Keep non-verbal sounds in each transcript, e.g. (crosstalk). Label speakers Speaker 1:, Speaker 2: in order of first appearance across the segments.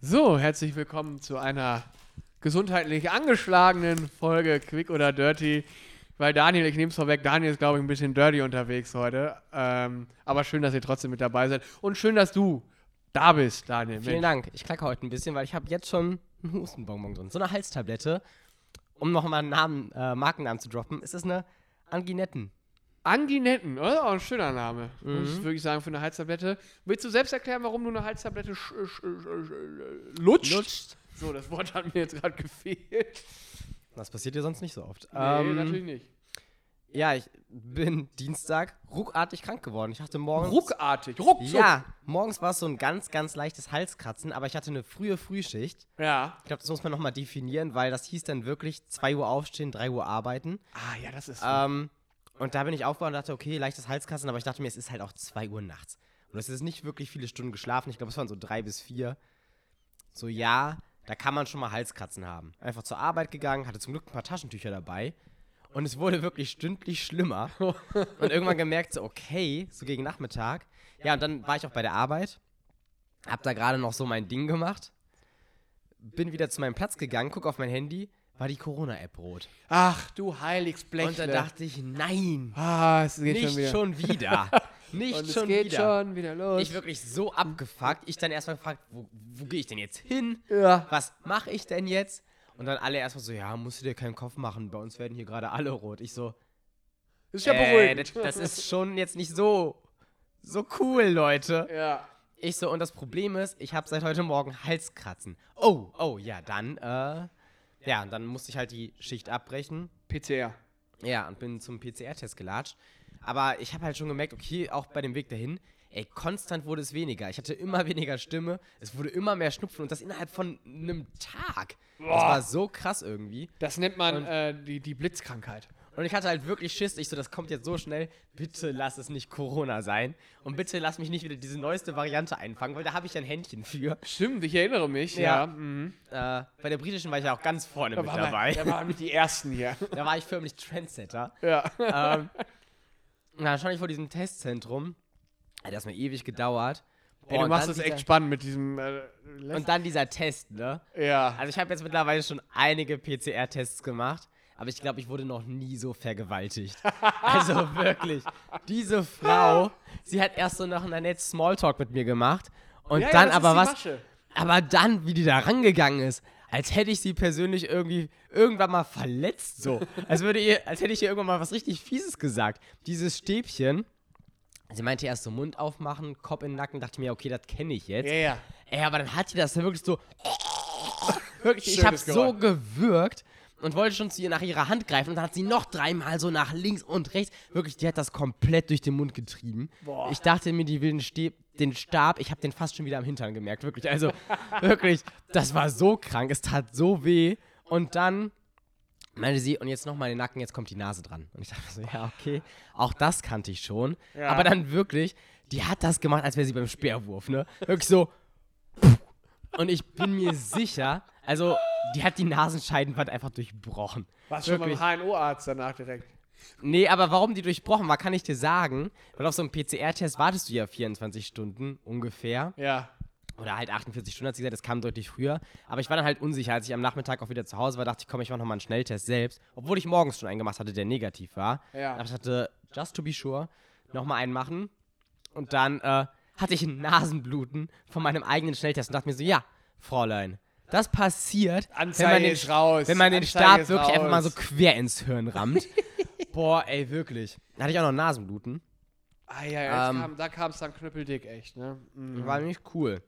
Speaker 1: So, herzlich willkommen zu einer gesundheitlich angeschlagenen Folge Quick oder Dirty. Weil Daniel, ich nehme es vorweg, Daniel ist, glaube ich, ein bisschen dirty unterwegs heute. Ähm, aber schön, dass ihr trotzdem mit dabei seid. Und schön, dass du da bist, Daniel.
Speaker 2: Vielen
Speaker 1: Mensch.
Speaker 2: Dank. Ich kacke heute ein bisschen, weil ich habe jetzt schon einen Hustenbonbon drin. So eine Halstablette, um nochmal einen Namen, äh, Markennamen zu droppen, ist es eine Anginetten.
Speaker 1: Anginetten, oder? Auch ein schöner Name. Muss
Speaker 2: Mhm.
Speaker 1: ich wirklich sagen, für eine Halstablette. Willst du selbst erklären, warum du eine Halstablette sch sch sch lutscht?
Speaker 2: Lutscht.
Speaker 1: So, das Wort hat mir jetzt gerade (laughs) gefehlt.
Speaker 2: Das passiert dir sonst nicht so oft.
Speaker 1: nee,
Speaker 2: Ähm,
Speaker 1: natürlich nicht.
Speaker 2: Ja, ich bin Dienstag ruckartig krank geworden. Ich dachte morgens.
Speaker 1: Ruckartig. Ruckzuck.
Speaker 2: Ja, morgens war es so ein ganz, ganz leichtes Halskratzen, aber ich hatte eine frühe Frühschicht.
Speaker 1: ja.
Speaker 2: Ich glaube, das muss man nochmal definieren, weil das hieß dann wirklich 2 Uhr aufstehen, 3 Uhr arbeiten.
Speaker 1: Ah, ja, das ist.
Speaker 2: Ähm, und da bin ich aufgewacht und dachte, okay, leichtes Halskratzen, aber ich dachte mir, es ist halt auch 2 Uhr nachts. Und es ist nicht wirklich viele Stunden geschlafen. Ich glaube, es waren so drei bis vier. So, ja, da kann man schon mal Halskratzen haben. Einfach zur Arbeit gegangen, hatte zum Glück ein paar Taschentücher dabei. Und es wurde wirklich stündlich schlimmer. Und irgendwann gemerkt, so, okay, so gegen Nachmittag. Ja, und dann war ich auch bei der Arbeit. Hab da gerade noch so mein Ding gemacht. Bin wieder zu meinem Platz gegangen, guck auf mein Handy, war die Corona-App rot.
Speaker 1: Ach, du heiliges Blechle.
Speaker 2: Und dann dachte ich, nein,
Speaker 1: ah, es geht schon
Speaker 2: nicht
Speaker 1: wieder. (laughs)
Speaker 2: schon wieder. Nicht
Speaker 1: Und es
Speaker 2: schon
Speaker 1: geht
Speaker 2: wieder.
Speaker 1: schon wieder los.
Speaker 2: Ich wirklich so abgefuckt. Ich dann erstmal gefragt, wo, wo gehe ich denn jetzt hin?
Speaker 1: ja.
Speaker 2: Was mache ich denn jetzt? Und dann alle erstmal so, ja, musst du dir keinen Kopf machen. Bei uns werden hier gerade alle rot. Ich so,
Speaker 1: Ist ja
Speaker 2: äh, das,
Speaker 1: beruhigend.
Speaker 2: das ist schon jetzt nicht so, so cool, Leute.
Speaker 1: (laughs) ja.
Speaker 2: Ich so, und das Problem ist, ich habe seit heute Morgen Halskratzen. Oh, oh, ja, dann, äh, ja, und dann musste ich halt die Schicht abbrechen.
Speaker 1: PCR.
Speaker 2: Ja, und bin zum PCR-Test gelatscht. Aber ich habe halt schon gemerkt, okay, auch bei dem Weg dahin, ey, konstant wurde es weniger. Ich hatte immer (laughs) weniger Stimme, es wurde immer mehr Schnupfen und das innerhalb von einem Tag. Das war so krass irgendwie.
Speaker 1: Das nennt man äh, die, die Blitzkrankheit.
Speaker 2: Und ich hatte halt wirklich Schiss. Ich so, das kommt jetzt so schnell. Bitte lass es nicht Corona sein. Und bitte lass mich nicht wieder diese neueste Variante einfangen, weil da habe ich ein Händchen für.
Speaker 1: Stimmt, ich erinnere mich. Ja.
Speaker 2: Ja.
Speaker 1: mhm.
Speaker 2: Äh, bei der britischen war ich ja auch ganz vorne
Speaker 1: Da
Speaker 2: mit
Speaker 1: waren wir-
Speaker 2: dabei.
Speaker 1: Da waren wir die Ersten
Speaker 2: (laughs)
Speaker 1: hier.
Speaker 2: da war ich förmlich Trendsetter.
Speaker 1: ja.
Speaker 2: ähm, na, stand ich vor diesem Testzentrum. Ey, Das hat mir ewig gedauert.
Speaker 1: Ey,
Speaker 2: Boah,
Speaker 1: du
Speaker 2: und
Speaker 1: machst
Speaker 2: dann
Speaker 1: das echt
Speaker 2: dieser-
Speaker 1: spannend mit diesem. Äh,
Speaker 2: Und dann dieser Test, ne?
Speaker 1: ja.
Speaker 2: Also ich habe jetzt mittlerweile schon einige PCR-Tests gemacht, aber ich glaube, ich wurde noch nie
Speaker 1: (laughs)
Speaker 2: so vergewaltigt. Also wirklich, diese Frau, sie hat erst so noch einen netten Smalltalk mit mir gemacht und
Speaker 1: ja,
Speaker 2: dann
Speaker 1: ja, das
Speaker 2: aber was,
Speaker 1: ist die Masche.
Speaker 2: aber dann, wie die da rangegangen ist, als hätte ich sie persönlich irgendwie irgendwann mal verletzt, so. Als, würde ihr, als hätte ich ihr irgendwann mal was richtig Fieses gesagt. Dieses Stäbchen, sie meinte erst so Mund aufmachen, Kopf in den Nacken, dachte mir, okay, das kenne ich jetzt.
Speaker 1: Ja, ja.
Speaker 2: Ey, aber dann hat die das ja wirklich so. Wirklich, ich habe
Speaker 1: Schönes
Speaker 2: so gewürgt und wollte schon zu ihr nach ihrer Hand greifen und dann hat sie noch dreimal so nach links und rechts. Wirklich, die hat das komplett durch den Mund getrieben.
Speaker 1: Boah.
Speaker 2: Ich dachte mir, die will den, Stäb, den Stab, ich habe den fast schon wieder am Hintern gemerkt. Wirklich, also (laughs) wirklich, das war so krank, es tat so weh. Und dann meinte sie, und jetzt nochmal den Nacken, jetzt kommt die Nase dran. Und ich dachte so, ja, okay, auch das kannte ich schon.
Speaker 1: Ja.
Speaker 2: Aber dann wirklich, die hat das gemacht, als wäre sie beim Speerwurf, ne? Wirklich so. Und ich bin mir sicher, also, die hat die Nasenscheidenwand einfach durchbrochen.
Speaker 1: Warst schon beim
Speaker 2: Wirklich.
Speaker 1: HNO-Arzt danach direkt.
Speaker 2: Nee, aber warum die durchbrochen war, kann ich dir sagen. Weil auf so einem PCR-Test wartest du ja 24 Stunden ungefähr.
Speaker 1: Ja.
Speaker 2: Oder halt 48 Stunden, hat sie gesagt, das kam deutlich früher. Aber ich war dann halt unsicher, als ich am Nachmittag auch wieder zu Hause war, dachte ich, komm, ich mach nochmal einen Schnelltest selbst. Obwohl ich morgens schon einen gemacht hatte, der negativ war.
Speaker 1: Ja.
Speaker 2: Aber ich dachte, just to be sure, nochmal einen machen. Und dann äh, hatte ich ein Nasenbluten von meinem eigenen Schnelltest und dachte mir so, ja, Fräulein, das passiert,
Speaker 1: Anzeige
Speaker 2: wenn man den,
Speaker 1: ist raus.
Speaker 2: Wenn man den
Speaker 1: Anzeige
Speaker 2: Stab
Speaker 1: ist
Speaker 2: wirklich einfach mal so
Speaker 1: raus.
Speaker 2: quer ins
Speaker 1: (laughs)
Speaker 2: Hirn rammt. Boah, ey, wirklich. Da hatte ich auch noch ein Nasenbluten.
Speaker 1: Ah, ja, ja jetzt
Speaker 2: Ähm.
Speaker 1: kam, da kam es dann knüppeldick, echt, ne? Mhm.
Speaker 2: War nicht cool.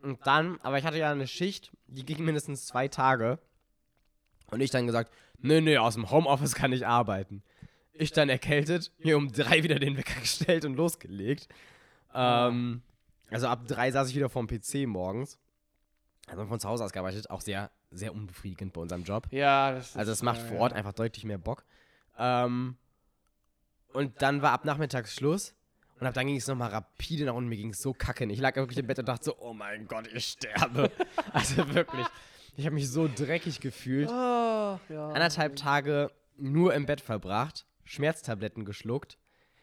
Speaker 2: Und dann, aber ich hatte ja eine Schicht, die ging mindestens zwei Tage. Und ich dann gesagt, nee, nee, aus dem Homeoffice kann ich arbeiten. Ich dann erkältet, mir um drei wieder den Wecker gestellt und losgelegt. Ähm, also ab drei saß ich wieder vorm PC morgens. Also von zu Hause aus gearbeitet, auch sehr, sehr unbefriedigend bei unserem Job.
Speaker 1: Ja, das ist.
Speaker 2: Also es macht
Speaker 1: ja,
Speaker 2: vor
Speaker 1: ja.
Speaker 2: Ort einfach deutlich mehr Bock. Ähm, und dann war ab Nachmittags Schluss. Und ab dann ging es nochmal rapide nach unten. Mir ging es so kacke. Ich lag wirklich im Bett und dachte so, oh mein Gott, ich sterbe. (laughs) also wirklich. Ich habe mich so dreckig gefühlt.
Speaker 1: Ah, ja.
Speaker 2: Anderthalb Tage nur im Bett verbracht. Schmerztabletten geschluckt.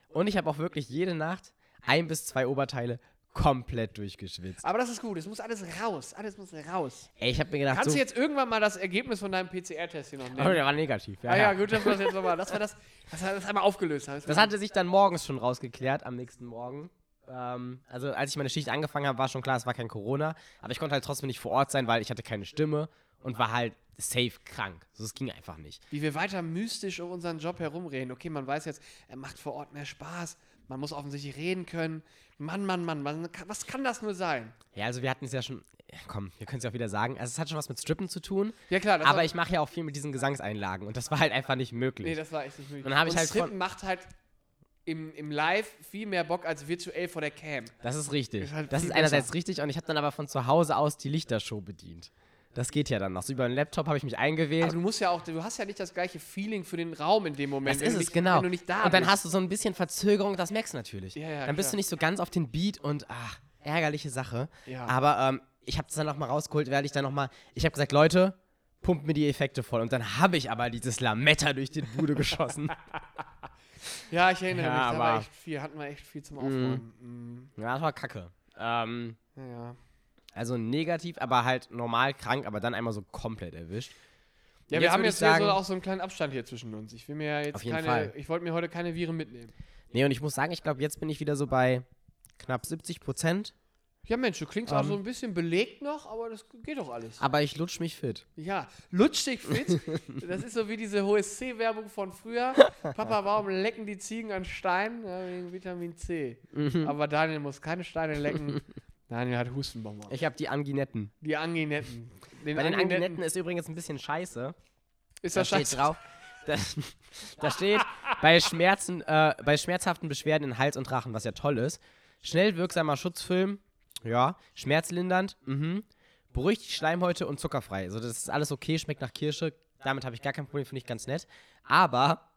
Speaker 2: Und ich habe auch wirklich jede Nacht ein bis zwei Oberteile komplett durchgeschwitzt.
Speaker 1: Aber das ist gut, es muss alles raus. Alles muss raus.
Speaker 2: Ey, ich habe mir gedacht,
Speaker 1: Kannst
Speaker 2: so,
Speaker 1: du jetzt irgendwann mal das Ergebnis von deinem PCR-Test hier noch
Speaker 2: oh,
Speaker 1: nehmen?
Speaker 2: der war negativ. Ja,
Speaker 1: Ah ja,
Speaker 2: ja.
Speaker 1: gut, dass wir das jetzt nochmal. Das war das, dass wir das einmal aufgelöst haben.
Speaker 2: Das hatte sich dann morgens schon rausgeklärt, am nächsten Morgen. Ähm, also als ich meine Schicht angefangen habe, war schon klar, es war kein Corona. Aber ich konnte halt trotzdem nicht vor Ort sein, weil ich hatte keine Stimme und war halt safe krank. So, es ging einfach nicht.
Speaker 1: wie wir weiter mystisch um unseren Job herumreden. Okay, man weiß jetzt, er macht vor Ort mehr Spaß. Man muss offensichtlich reden können. Mann, Mann, Mann, man, kann- was kann das nur sein?
Speaker 2: Ja, also wir hatten es ja schon. Ja, Komm, wir können es ja auch wieder sagen. Also es hat schon was mit Strippen zu tun.
Speaker 1: Ja, klar, das
Speaker 2: aber
Speaker 1: war-
Speaker 2: ich mache ja auch viel mit diesen Gesangseinlagen und das war halt einfach nicht möglich.
Speaker 1: Nee, das war echt nicht möglich.
Speaker 2: Dann hab ich
Speaker 1: Und
Speaker 2: halt
Speaker 1: Strippen
Speaker 2: von-
Speaker 1: macht halt im, im Live viel mehr Bock als virtuell vor der Cam.
Speaker 2: Das ist richtig.
Speaker 1: Ist halt
Speaker 2: das
Speaker 1: viel
Speaker 2: ist einerseits richtig und ich habe dann aber von zu Hause aus die Lichtershow bedient. Das geht ja dann noch. So über den Laptop habe ich mich eingewählt.
Speaker 1: Aber Also du musst ja auch, du hast ja nicht das gleiche Feeling für den Raum in dem Moment.
Speaker 2: das
Speaker 1: wenn
Speaker 2: ist
Speaker 1: du
Speaker 2: es,
Speaker 1: nicht,
Speaker 2: genau.
Speaker 1: Wenn du nicht da
Speaker 2: und dann
Speaker 1: bist.
Speaker 2: hast du so ein bisschen Verzögerung, das merkst du natürlich.
Speaker 1: Ja, ja,
Speaker 2: dann bist
Speaker 1: klar.
Speaker 2: du nicht so ganz auf den Beat und ach, ärgerliche Sache.
Speaker 1: Ja.
Speaker 2: Aber ähm, ich habe das dann nochmal rausgeholt, werde ich dann nochmal. Ich habe gesagt, Leute, pumpt mir die Effekte voll. Und dann habe ich aber dieses Lametta durch die
Speaker 1: (laughs)
Speaker 2: Bude geschossen.
Speaker 1: Ja, ich erinnere
Speaker 2: Ja,
Speaker 1: mich, da war
Speaker 2: aber-
Speaker 1: echt viel, hatten wir echt viel zum Aufräumen. Mhm.
Speaker 2: ja, das war kacke. Ähm,
Speaker 1: Ja, ja.
Speaker 2: also negativ, aber halt normal krank, aber dann einmal so komplett erwischt.
Speaker 1: Ja,
Speaker 2: Jetzt
Speaker 1: wir haben
Speaker 2: würd ich
Speaker 1: jetzt hier so
Speaker 2: sagen-
Speaker 1: auch so einen kleinen Abstand hier zwischen uns. Ich will mir ja jetzt
Speaker 2: Auf jeden
Speaker 1: keine,
Speaker 2: Fall.
Speaker 1: ich wollte mir heute keine Viren mitnehmen.
Speaker 2: Nee, und ich muss sagen, ich glaube, jetzt bin ich wieder so bei knapp 70 Prozent,
Speaker 1: Ja, Mensch, du klingst
Speaker 2: Ähm.
Speaker 1: auch so ein bisschen belegt noch, aber das geht doch alles.
Speaker 2: aber ich lutsch mich fit.
Speaker 1: Ja, lutschig fit.
Speaker 2: (laughs)
Speaker 1: das ist so wie diese HSC-Werbung von früher. Papa, warum lecken die Ziegen an Steinen? Ja, wegen Vitamin C.
Speaker 2: Mhm.
Speaker 1: aber Daniel muss keine Steine lecken. Daniel hat Hustenbomber.
Speaker 2: Ich habe die Anginetten.
Speaker 1: Die Anginetten. Den
Speaker 2: Bei den Anginetten ist übrigens ein bisschen scheiße.
Speaker 1: ist
Speaker 2: Da
Speaker 1: das
Speaker 2: steht
Speaker 1: scheiße.
Speaker 2: drauf. (laughs) Da, da steht bei Schmerzen, äh, bei schmerzhaften Beschwerden in Hals und Rachen, was ja toll ist. Schnell wirksamer Schutzfilm, ja. Schmerzlindernd, mhm. Beruhigt die Schleimhäute und zuckerfrei. Also das ist alles okay, schmeckt nach Kirsche. Damit habe ich gar kein Problem, finde ich ganz nett. Aber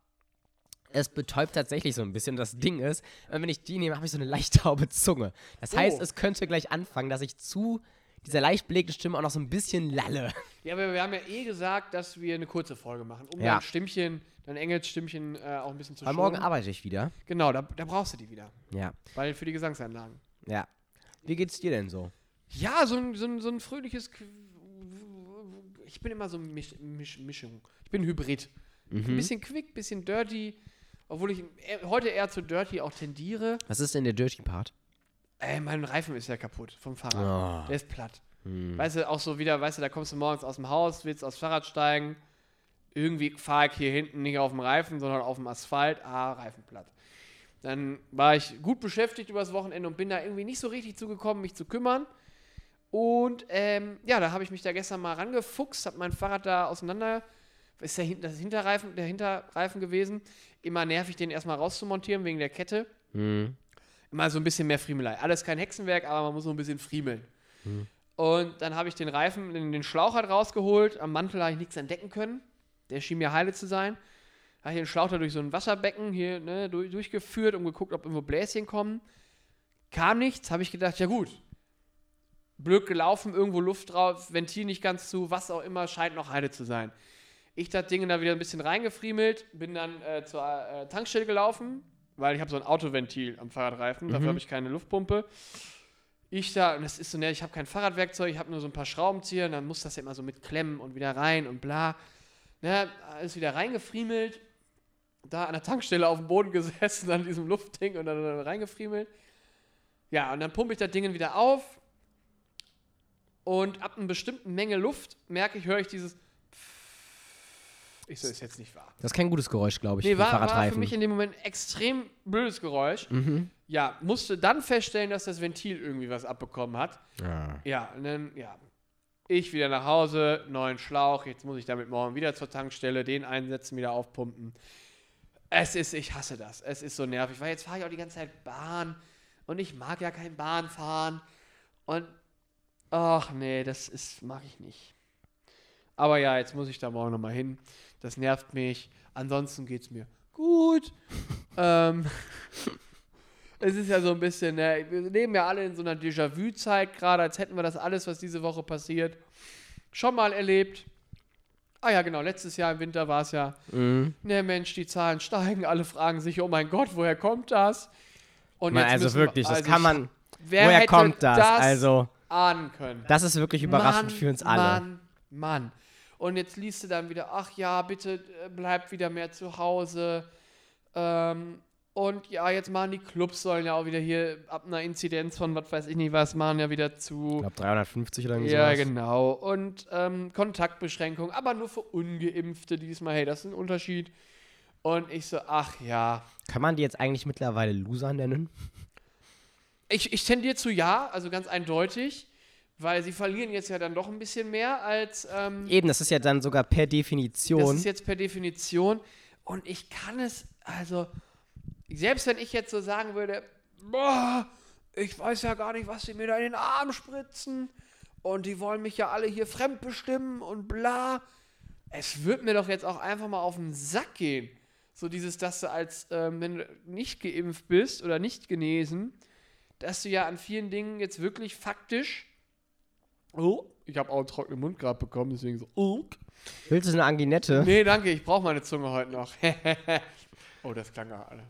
Speaker 2: es betäubt tatsächlich so ein bisschen. Das Ding ist, äh, wenn ich die nehme, habe ich so eine leicht taube Zunge. Das heißt,
Speaker 1: Oh.
Speaker 2: es könnte gleich anfangen, dass ich zu dieser leicht belegten Stimme auch noch so ein bisschen lalle.
Speaker 1: Ja, aber wir haben ja eh gesagt, dass wir eine kurze Folge machen, um
Speaker 2: Ja.
Speaker 1: dein Stimmchen, dein Engelsstimmchen äh, auch ein bisschen zu
Speaker 2: Weil morgen
Speaker 1: schonen.
Speaker 2: arbeite ich wieder.
Speaker 1: Genau, da, da brauchst du die wieder.
Speaker 2: Ja.
Speaker 1: Weil für die Gesangseinlagen.
Speaker 2: Ja. Wie geht's dir denn so?
Speaker 1: Ja, so ein, so ein, so ein fröhliches. Qu- Ich bin immer so eine Misch, Misch, Mischung. Ich bin Hybrid. Ein bisschen quick, ein bisschen dirty. Obwohl ich eher- heute eher zu dirty auch tendiere.
Speaker 2: Was ist denn der Dirty Part?
Speaker 1: Ey, mein Reifen ist ja kaputt vom Fahrrad.
Speaker 2: Ah.
Speaker 1: Der ist platt. Weißt du, auch so wieder, weißt du, da kommst du morgens aus dem Haus, willst aufs Fahrrad steigen. Irgendwie fahre ich hier hinten nicht auf dem Reifen, sondern auf dem Asphalt. Ah, Reifen platt. Dann war ich gut beschäftigt übers Wochenende und bin da irgendwie nicht so richtig zugekommen, mich zu kümmern. Und ähm, ja, da habe ich mich da gestern mal rangefuchst, habe mein Fahrrad da auseinander. Ist der, Hin- das Hinterreifen, der Hinterreifen gewesen. Immer nervig, den erstmal rauszumontieren wegen der Kette. Hm. Immer so ein bisschen mehr Friemelei. Alles kein Hexenwerk, aber man muss so ein bisschen friemeln. Und dann habe ich den Reifen, den, den Schlauch halt rausgeholt. Am Mantel habe ich nichts entdecken können. Der schien mir heile zu sein. Habe ich den Schlauch da durch so ein Wasserbecken hier ne, durch, durchgeführt und geguckt, ob irgendwo Bläschen kommen. Kam nichts, habe ich gedacht, ja gut. Blöd gelaufen, irgendwo Luft drauf, Ventil nicht ganz zu, was auch immer, scheint noch heile zu sein. Ich das Ding da wieder ein bisschen reingefriemelt, bin dann äh, zur äh, Tankstelle gelaufen, weil ich habe so ein Autoventil am Fahrradreifen, dafür habe ich keine Luftpumpe. Ich da, und das ist so nett, ich habe kein Fahrradwerkzeug, ich habe nur so ein paar Schraubenzieher, und dann muss das ja immer so mit klemmen und wieder rein und bla. Na, alles wieder reingefriemelt, da an der Tankstelle auf dem Boden gesessen, (laughs) an diesem Luftding und dann, dann reingefriemelt. Ja, und dann pumpe ich das Ding wieder auf und ab einer bestimmten Menge Luft merke ich, höre ich dieses ich so, ist jetzt nicht wahr.
Speaker 2: Das ist kein gutes Geräusch, glaube ich,
Speaker 1: Nee,
Speaker 2: für
Speaker 1: war, war für
Speaker 2: Fahrradreifen. Mhm.
Speaker 1: mich in dem Moment ein extrem blödes Geräusch. Ja, musste dann feststellen, dass das Ventil irgendwie was abbekommen hat.
Speaker 2: ja.
Speaker 1: Ja, und dann, ja. Ich wieder nach Hause, neuen Schlauch. Jetzt muss ich damit morgen wieder zur Tankstelle, den einsetzen, wieder aufpumpen. Es ist, ich hasse das. Es ist so nervig, weil jetzt fahre ich auch die ganze Zeit Bahn und ich mag ja kein Bahnfahren. Und ach nee, das ist, mag ich nicht. Aber ja, jetzt muss ich da morgen nochmal hin. Das nervt mich. Ansonsten geht's mir
Speaker 2: (laughs)
Speaker 1: gut. ähm, es ist ja so ein bisschen, ne, wir leben ja alle in so einer Déjà-vu-Zeit gerade, als hätten wir das alles, was diese Woche passiert, schon mal erlebt. Ah ja, genau, letztes Jahr im Winter war es ja,
Speaker 2: Mhm.
Speaker 1: ne Mensch, die Zahlen steigen, alle fragen sich, oh mein Gott, woher kommt das? Und
Speaker 2: Man, also
Speaker 1: müssen
Speaker 2: wirklich, das
Speaker 1: also
Speaker 2: kann
Speaker 1: ich-
Speaker 2: man.
Speaker 1: Wer
Speaker 2: Woher
Speaker 1: hätte
Speaker 2: kommt das?
Speaker 1: das
Speaker 2: Also,
Speaker 1: ahnen können?
Speaker 2: das ist wirklich überraschend
Speaker 1: Mann,
Speaker 2: für uns alle.
Speaker 1: Mann, Mann. Und jetzt liest du dann wieder, ach ja, bitte äh, bleibt wieder mehr zu Hause. Ähm, und ja, jetzt machen die Clubs sollen ja auch wieder hier ab einer Inzidenz von was weiß ich nicht was, machen ja wieder zu.
Speaker 2: Ich glaube 350 oder irgendwie
Speaker 1: Ja,
Speaker 2: sowas.
Speaker 1: genau. Und ähm, Kontaktbeschränkung, aber nur für Ungeimpfte diesmal. Hey, das ist ein Unterschied. Und ich so, ach ja.
Speaker 2: Kann man die jetzt eigentlich mittlerweile Loser nennen?
Speaker 1: Ich, ich tendiere zu ja, also ganz eindeutig, weil sie verlieren jetzt ja dann doch ein bisschen mehr als. Ähm,
Speaker 2: Eben, das ist ja dann sogar per
Speaker 1: das
Speaker 2: Definition.
Speaker 1: ist jetzt per Definition. Und ich kann es, also, selbst wenn ich jetzt so sagen würde, boah, ich weiß ja gar nicht, was sie mir da in den Arm spritzen. Und die wollen mich ja alle hier fremdbestimmen und bla. Es wird mir doch jetzt auch einfach mal auf den Sack gehen. So dieses, dass du als, ähm, wenn du nicht geimpft bist oder nicht genesen, dass du ja an vielen Dingen jetzt wirklich faktisch, oh, ich habe auch einen trockenen Mund gerade bekommen, deswegen so, oh,
Speaker 2: Willst du eine Anginette?
Speaker 1: Nee, danke, ich brauche meine Zunge heute noch. (laughs) oh, das klang ja alle.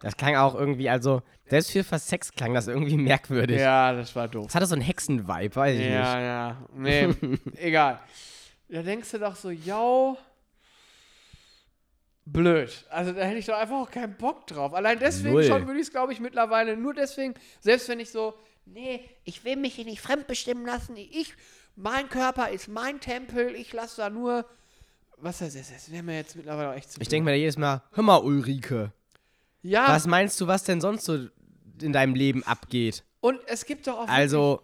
Speaker 2: Das klang auch irgendwie, also, selbst für fast Sex klang das irgendwie merkwürdig.
Speaker 1: Ja, das war doof.
Speaker 2: Das hatte so einen Hexenvibe, weiß ich nicht.
Speaker 1: Ja, ja. Nee,
Speaker 2: (laughs)
Speaker 1: egal. Da denkst du doch so, ja. Blöd. Also da hätte ich doch einfach auch keinen Bock drauf. Allein deswegen
Speaker 2: Null.
Speaker 1: schon würde ich es, glaube ich, mittlerweile nur deswegen, selbst wenn ich so, nee, ich will mich hier nicht fremdbestimmen lassen. Ich, mein Körper ist mein Tempel. Ich lasse da nur. Was heißt das? Das wäre mir jetzt mittlerweile auch echt zu
Speaker 2: Ich
Speaker 1: blöd.
Speaker 2: denke mir da jedes Mal, hör mal, Ulrike,
Speaker 1: Ja,
Speaker 2: was meinst du, was denn sonst so in deinem Leben abgeht?
Speaker 1: und es gibt doch auch.
Speaker 2: Also,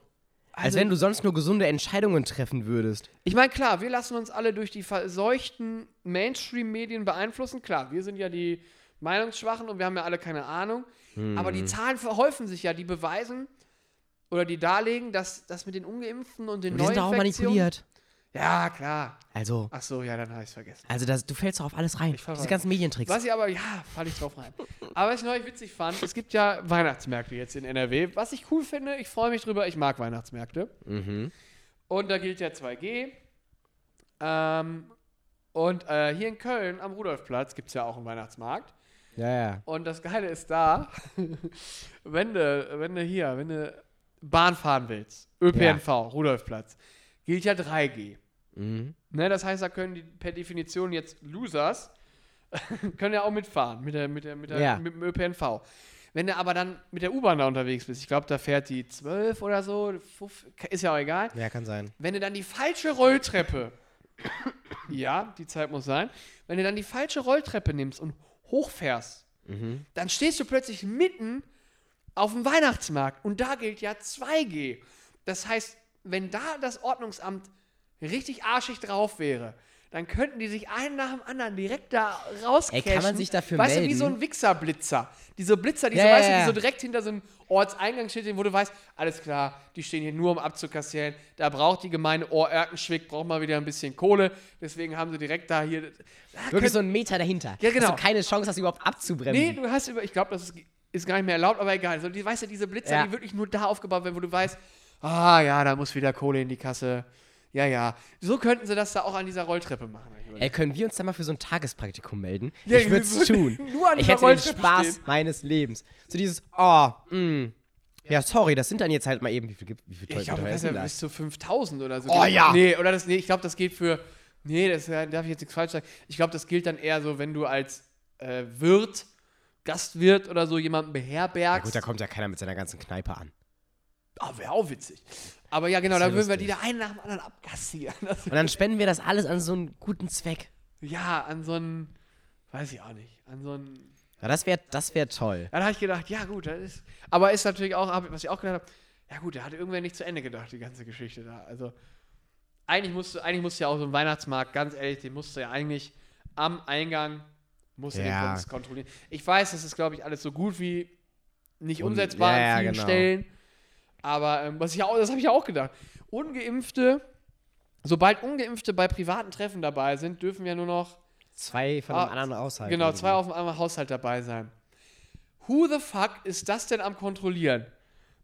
Speaker 2: als
Speaker 1: Also-
Speaker 2: wenn du sonst nur gesunde Entscheidungen treffen würdest.
Speaker 1: Ich meine, klar, wir lassen uns alle durch die verseuchten Mainstream-Medien beeinflussen. Klar, wir sind ja die Meinungsschwachen und wir haben ja alle keine Ahnung. Aber
Speaker 2: Mhm.
Speaker 1: die Zahlen verhäufen sich ja, die beweisen oder die darlegen, dass das mit den Ungeimpften und den
Speaker 2: Wir sind da auch
Speaker 1: Neuinfektionen...
Speaker 2: manipuliert.
Speaker 1: Ja, klar.
Speaker 2: Also,
Speaker 1: Ach so, ja, dann habe ich es vergessen.
Speaker 2: also das, du fällst doch auf alles rein.
Speaker 1: Ich fall
Speaker 2: Diese
Speaker 1: rein.
Speaker 2: ganzen Medientricks.
Speaker 1: Was ich aber, ja, falle ich drauf rein. Aber was ich neulich witzig fand, es gibt ja Weihnachtsmärkte jetzt in NRW. Was ich cool finde, ich freue mich drüber, ich mag Weihnachtsmärkte.
Speaker 2: Mhm.
Speaker 1: Und da gilt ja 2G. Ähm, und äh, hier in Köln am Rudolfplatz gibt es ja auch einen Weihnachtsmarkt.
Speaker 2: Ja, ja.
Speaker 1: Und das Geile ist da, (laughs) wenn du, wenn du hier, wenn du Bahn fahren willst, ÖPNV, Rudolfplatz, gilt ja 3G.
Speaker 2: Mhm.
Speaker 1: Ne, das heißt, da können die per Definition jetzt Losers (laughs) können ja auch mitfahren mit, der, mit, der, mit, der,
Speaker 2: Ja.
Speaker 1: mit dem ÖPNV. Wenn du aber dann mit der U-Bahn da unterwegs bist, ich glaube, da fährt die 12 oder so, 5, ist ja auch egal,
Speaker 2: Ja, kann sein.
Speaker 1: wenn du dann die falsche Rolltreppe, ja, die Zeit muss sein, wenn du dann die falsche Rolltreppe nimmst und hochfährst,
Speaker 2: Mhm.
Speaker 1: dann stehst du plötzlich mitten auf dem Weihnachtsmarkt und da gilt ja 2G. Das heißt, wenn da das Ordnungsamt richtig arschig drauf wäre, dann könnten die sich einen nach dem anderen direkt da
Speaker 2: Ey,
Speaker 1: rauscashen.
Speaker 2: kann man sich dafür
Speaker 1: Weißt du, wie
Speaker 2: melden?
Speaker 1: so ein Wichserblitzer. Diese Blitzer, die,
Speaker 2: Ja,
Speaker 1: so,
Speaker 2: ja,
Speaker 1: weißt
Speaker 2: ja.
Speaker 1: Du, die so direkt hinter so einem Ortseingang stehen, wo du weißt, alles klar, die stehen hier nur, um abzukassieren. Da braucht die Gemeinde Ohr-Erkenschwick, braucht mal wieder ein bisschen Kohle. Deswegen haben sie direkt da hier... Da
Speaker 2: Wirklich so ein Meter dahinter.
Speaker 1: Ja, genau.
Speaker 2: Hast du keine Chance, das überhaupt abzubremsen.
Speaker 1: Nee, du hast über, ich glaube, das ist, ist gar nicht mehr erlaubt, aber egal. So, die, weißt du, diese Blitzer,
Speaker 2: Ja.
Speaker 1: die wirklich nur da aufgebaut werden, wo du weißt, ah ja, da muss wieder Kohle in die Kasse. Ja, ja. So könnten sie das da auch an dieser Rolltreppe machen. hab ich überlegt.
Speaker 2: Ey, Äh, können wir uns da mal für so ein Tagespraktikum melden?
Speaker 1: Ja,
Speaker 2: ich würde es
Speaker 1: wir würden (laughs)
Speaker 2: tun.
Speaker 1: nur an
Speaker 2: ich
Speaker 1: dieser
Speaker 2: hätte den
Speaker 1: Rolltreppe
Speaker 2: Spaß
Speaker 1: stehen.
Speaker 2: meines Lebens. So dieses, oh, mh. Ja, sorry, das sind dann jetzt halt mal eben, wie viel gibt, wie viel
Speaker 1: Ich glaube,
Speaker 2: teuer
Speaker 1: das
Speaker 2: ist
Speaker 1: ist
Speaker 2: denn
Speaker 1: ja
Speaker 2: das?
Speaker 1: bis zu 5000 oder so.
Speaker 2: Oh ja.
Speaker 1: Nee, oder das, nee, ich glaube, das geht für. Nee, das äh, darf ich jetzt nichts falsch sagen. Ich glaube, das gilt dann eher so, wenn du als äh, Wirt, Gastwirt oder so jemanden
Speaker 2: Ja,
Speaker 1: beherbergst.
Speaker 2: gut, da kommt ja keiner mit seiner ganzen Kneipe an.
Speaker 1: ah, wäre auch witzig. Aber ja, genau,
Speaker 2: Ist ja
Speaker 1: da würden wir die
Speaker 2: lustig.
Speaker 1: da einen nach dem anderen abkassieren. (laughs) Das,
Speaker 2: Und dann spenden wir das alles an so einen guten Zweck.
Speaker 1: ja, an so einen. Weiß ich auch nicht. An so einen.
Speaker 2: Ja, das wäre das wär toll.
Speaker 1: Dann habe ich gedacht, ja, gut, das ist. Aber ist natürlich auch, hab- was ich auch gedacht habe, ja, gut, da hat irgendwer nicht zu Ende gedacht, die ganze Geschichte da. Also, eigentlich musst du, eigentlich musst du ja auch so einen Weihnachtsmarkt, ganz ehrlich, den musst du ja eigentlich am Eingang, musst du
Speaker 2: Ja.
Speaker 1: den Kunst kontrollieren. Ich weiß, das ist, glaube ich, alles so gut wie nicht
Speaker 2: Und-
Speaker 1: umsetzbar
Speaker 2: ja, ja,
Speaker 1: an vielen
Speaker 2: genau.
Speaker 1: Stellen. Aber ähm, was ich auch, das habe ich ja auch gedacht. Ungeimpfte, sobald Ungeimpfte bei privaten Treffen dabei sind, dürfen wir nur noch
Speaker 2: Zwei von
Speaker 1: Ah,
Speaker 2: einem anderen aushalten.
Speaker 1: Genau, zwei auf einem Haushalt dabei sein. Who the fuck ist das denn am Kontrollieren?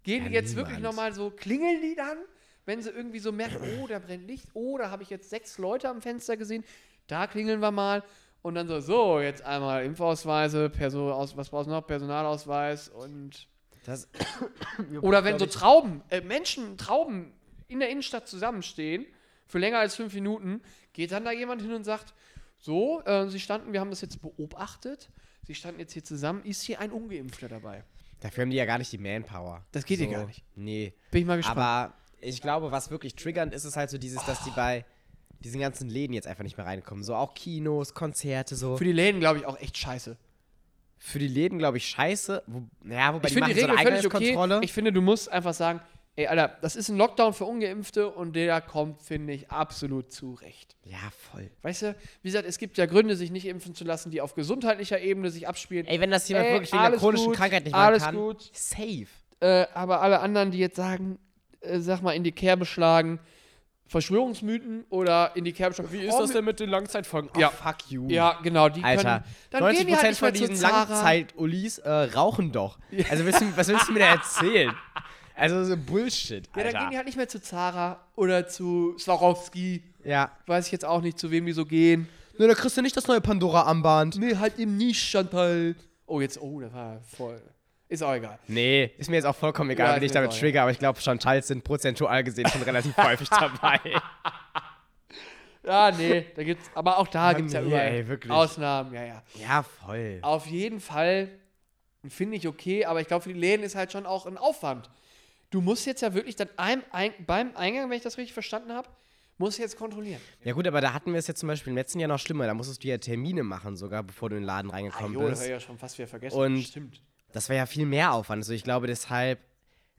Speaker 1: Gehen
Speaker 2: Ja,
Speaker 1: die jetzt
Speaker 2: niemand.
Speaker 1: wirklich nochmal so, klingeln die dann, wenn sie irgendwie so merken, oh, da brennt Licht, oh, da habe ich jetzt sechs Leute am Fenster gesehen, da klingeln wir mal. Und dann so, so, jetzt einmal Impfausweise, Perso aus, was brauchst du noch? Personalausweis und
Speaker 2: Das,
Speaker 1: (coughs) Oder wenn so
Speaker 2: glaub ich-
Speaker 1: Trauben, äh, Menschen, Trauben in der Innenstadt zusammenstehen für länger als fünf Minuten, geht dann da jemand hin und sagt, so, äh, sie standen, wir haben das jetzt beobachtet, sie standen jetzt hier zusammen, ist hier ein Ungeimpfter dabei?
Speaker 2: Dafür haben die ja gar nicht die Manpower.
Speaker 1: Das geht ja gar nicht.
Speaker 2: Nee.
Speaker 1: Bin ich mal gespannt.
Speaker 2: Aber ich glaube, was wirklich triggernd ist, ist halt so dieses, dass die bei diesen ganzen Läden jetzt einfach nicht mehr reinkommen. So auch Kinos, Konzerte, so.
Speaker 1: für die Läden, glaube ich, auch echt scheiße.
Speaker 2: Für die Läden, glaube ich, scheiße. Wo, naja, wobei
Speaker 1: ich finde
Speaker 2: die machen
Speaker 1: die
Speaker 2: so
Speaker 1: Regel
Speaker 2: eine
Speaker 1: völlig okay.
Speaker 2: Eigenheitskontrolle.
Speaker 1: Ich finde, du musst einfach sagen, ey, Alter, das ist ein Lockdown für Ungeimpfte und der kommt, finde ich, absolut zurecht.
Speaker 2: ja, voll.
Speaker 1: Weißt du, wie gesagt, es gibt ja Gründe, sich nicht impfen zu lassen, die auf gesundheitlicher Ebene sich abspielen.
Speaker 2: Ey, wenn das jemand
Speaker 1: Ey,
Speaker 2: wirklich wegen einer
Speaker 1: alles
Speaker 2: chronischen
Speaker 1: gut,
Speaker 2: Krankheit nicht machen
Speaker 1: alles
Speaker 2: kann,
Speaker 1: gut.
Speaker 2: safe.
Speaker 1: Äh, aber alle anderen, die jetzt sagen, äh, sag mal, in die Kerbe schlagen, Verschwörungsmythen oder in die Kerbe schlagen, wie ist das denn mit den Langzeitfolgen?
Speaker 2: Oh,
Speaker 1: Oh, ja,
Speaker 2: fuck you.
Speaker 1: ja, genau, die
Speaker 2: Oh, Alter,
Speaker 1: können, dann
Speaker 2: 90%
Speaker 1: gehen die halt nicht
Speaker 2: von
Speaker 1: mehr zu
Speaker 2: diesen
Speaker 1: Zara.
Speaker 2: Langzeit-Ulis äh, rauchen doch. Also, willst du, was willst du mir da erzählen? Also, so Bullshit,
Speaker 1: Ja,
Speaker 2: Alter.
Speaker 1: dann gehen die halt nicht mehr zu Zara oder zu Swarovski.
Speaker 2: ja.
Speaker 1: Weiß ich jetzt auch nicht, zu wem die so gehen.
Speaker 2: Ne, da kriegst du nicht das neue Pandora-Armband.
Speaker 1: Nee, halt eben nicht, Chantal. Oh, jetzt, oh, das war voll. Ist auch egal.
Speaker 2: Nee, ist mir jetzt auch vollkommen egal,
Speaker 1: Ja,
Speaker 2: wenn
Speaker 1: ist
Speaker 2: ich
Speaker 1: mir
Speaker 2: damit
Speaker 1: egal.
Speaker 2: trigger, aber ich glaube, Chantals sind prozentual gesehen
Speaker 1: (laughs)
Speaker 2: schon relativ häufig dabei.
Speaker 1: Ja, Ah, nee, da gibt's, aber auch da
Speaker 2: Mann,
Speaker 1: gibt's ja
Speaker 2: ja,
Speaker 1: überall
Speaker 2: ey, wirklich.
Speaker 1: Ausnahmen, ja, ja.
Speaker 2: Ja, voll.
Speaker 1: Auf jeden Fall finde ich okay, aber ich glaube, für die Läden ist halt schon auch ein Aufwand. Du musst jetzt ja wirklich dann einem, ein, beim Eingang, wenn ich das richtig verstanden habe, musst du jetzt kontrollieren.
Speaker 2: Ja gut, aber da hatten wir es jetzt zum Beispiel im letzten Jahr noch schlimmer. Da musstest du ja Termine machen sogar, bevor du in den Laden reingekommen
Speaker 1: Ah, jo, das habe
Speaker 2: bist.
Speaker 1: ich ja schon fast wieder vergessen.
Speaker 2: Und-
Speaker 1: Stimmt.
Speaker 2: Das war ja viel mehr Aufwand. Also ich glaube deshalb,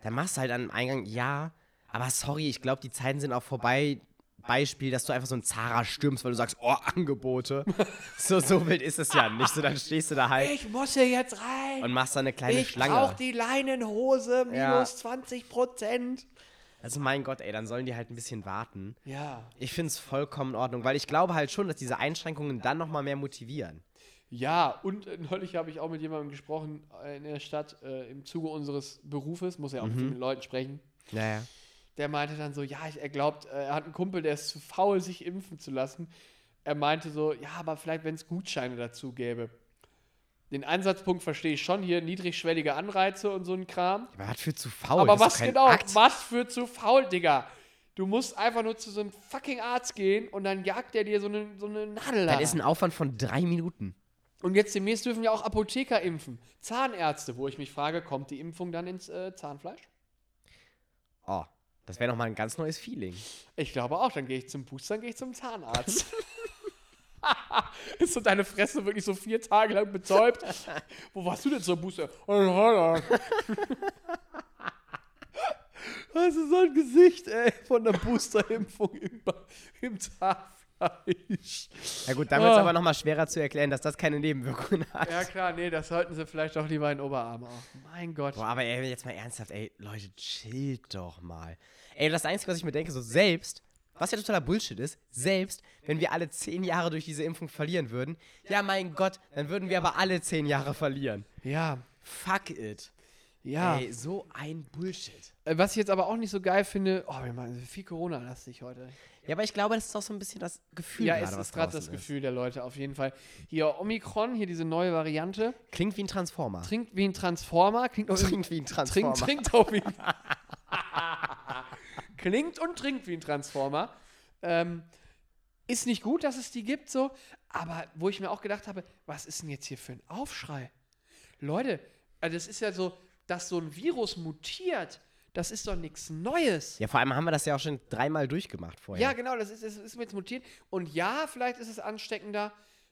Speaker 2: da machst du halt an dem Eingang, ja, aber sorry, ich glaube, die Zeiten sind auch vorbei. Beispiel, dass du einfach so ein Zara stürmst, weil du sagst, oh, Angebote. (laughs) so, so wild ist es ja nicht. So, dann stehst du da halt
Speaker 1: Ich muss hier jetzt rein.
Speaker 2: und machst da eine kleine
Speaker 1: Ich
Speaker 2: Schlange.
Speaker 1: brauche die Leinenhose, minus
Speaker 2: Ja.
Speaker 1: 20 Prozent.
Speaker 2: Also mein Gott, ey, dann sollen die halt ein bisschen warten.
Speaker 1: Ja.
Speaker 2: Ich finde es vollkommen in Ordnung, weil ich glaube halt schon, dass diese Einschränkungen dann nochmal mehr motivieren.
Speaker 1: Ja, und äh, neulich habe ich auch mit jemandem gesprochen äh, in der Stadt äh, im Zuge unseres Berufes, muss ja
Speaker 2: Mhm.
Speaker 1: auch mit vielen Leuten sprechen.
Speaker 2: Naja.
Speaker 1: Der meinte dann so, ja, ich- er glaubt, äh, er hat einen Kumpel, der ist zu faul, sich impfen zu lassen. Er meinte so, ja, aber vielleicht, wenn es Gutscheine dazu gäbe. Den Ansatzpunkt verstehe ich schon hier, niedrigschwellige Anreize und so ein Kram.
Speaker 2: Aber was für zu faul.
Speaker 1: aber
Speaker 2: Oh, das ist
Speaker 1: was
Speaker 2: doch kein
Speaker 1: genau?
Speaker 2: Akt.
Speaker 1: Was für zu faul, Digga. Du musst einfach nur zu so einem fucking Arzt gehen und dann jagt er dir so eine, so eine Nadel
Speaker 2: Dann
Speaker 1: da
Speaker 2: ist ein Aufwand von drei Minuten.
Speaker 1: Und jetzt demnächst dürfen ja auch Apotheker impfen. Zahnärzte, wo ich mich frage, kommt die Impfung dann ins äh, Zahnfleisch?
Speaker 2: Oh, das wäre nochmal ein ganz neues Feeling.
Speaker 1: Ich glaube auch, dann gehe ich zum Booster, dann gehe ich zum Zahnarzt. (laughs) ist so deine Fresse wirklich so vier Tage lang betäubt? wo warst du denn zum (laughs) Booster? In Holland. Das ist so ein Gesicht, ey, von der Boosterimpfung im, Ba- im Zahnfleisch.
Speaker 2: Ja gut, dann wird es
Speaker 1: Ah.
Speaker 2: aber nochmal schwerer zu erklären, dass das keine Nebenwirkungen (laughs) hat.
Speaker 1: Ja, klar, nee, das sollten sie vielleicht doch lieber in den Oberarm auf. Mein Gott.
Speaker 2: Boah, aber ey, jetzt mal ernsthaft, ey, Leute, chillt doch mal. Ey, das Einzige, was ich mir denke, so selbst, was ja totaler Bullshit ist, selbst, wenn wir alle zehn Jahre durch diese Impfung verlieren würden, ja mein Gott, dann würden wir aber alle zehn Jahre verlieren.
Speaker 1: Ja,
Speaker 2: Fuck it.
Speaker 1: ja.
Speaker 2: Ey, so ein Bullshit.
Speaker 1: Äh, Was ich jetzt aber auch nicht so geil finde, oh, wir machen viel Corona-lastig heute.
Speaker 2: Ja, aber ich glaube, das ist auch so ein bisschen das Gefühl.
Speaker 1: ja,
Speaker 2: gerade,
Speaker 1: es
Speaker 2: was
Speaker 1: ist gerade das
Speaker 2: draußen
Speaker 1: Gefühl der Leute auf jeden Fall. Hier Omikron, hier diese neue Variante,
Speaker 2: Klingt wie ein Transformer. (laughs)
Speaker 1: trinkt wie ein Transformer, klingt auch
Speaker 2: Trinkt wie ein Transformer.
Speaker 1: trinkt, trinkt auch wie ein (laughs) Klingt und trinkt wie ein Transformer. Ähm, ist nicht gut, dass es die gibt, so, aber wo ich mir auch gedacht habe, was ist denn jetzt hier für ein Aufschrei? Leute, also es ist ja so, dass so ein Virus mutiert, das ist doch nichts Neues.
Speaker 2: Ja, vor allem haben wir das ja auch schon dreimal durchgemacht vorher.
Speaker 1: Ja, genau, das ist, das ist jetzt mutiert. Und ja, vielleicht ist es ansteckender.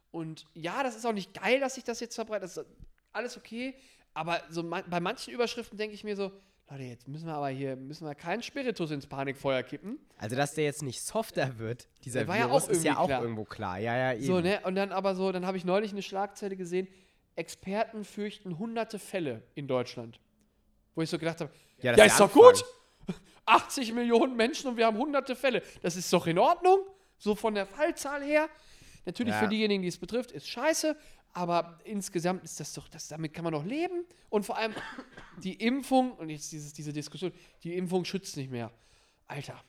Speaker 1: Und ja, das ist auch nicht geil, dass sich das jetzt verbreitet. Das ist alles okay. Aber so man, bei manchen Überschriften denke ich mir so, Leute, jetzt müssen wir aber hier, müssen wir keinen Spiritus ins Panikfeuer kippen.
Speaker 2: Also, dass der jetzt nicht softer wird, dieser
Speaker 1: Der war ja
Speaker 2: Virus,
Speaker 1: auch
Speaker 2: ist ja
Speaker 1: irgendwie
Speaker 2: auch
Speaker 1: klar.
Speaker 2: irgendwo klar. Ja, ja, eben.
Speaker 1: So, ne? Und dann aber so, dann habe ich neulich eine Schlagzeile gesehen, Experten fürchten hunderte Fälle in Deutschland. Wo ich so gedacht habe,
Speaker 2: Ja,
Speaker 1: ja,
Speaker 2: das ist
Speaker 1: ist
Speaker 2: der
Speaker 1: doch gut. (laughs)
Speaker 2: Anfang.
Speaker 1: 80 Millionen Menschen und wir haben hunderte Fälle. Das ist doch in Ordnung, so von der Fallzahl her. Natürlich
Speaker 2: Ja.
Speaker 1: für diejenigen, die es betrifft, ist scheiße, aber insgesamt ist das doch, das, damit kann man doch leben. Und vor allem die Impfung, und jetzt dieses, diese Diskussion, die Impfung schützt nicht mehr. Alter,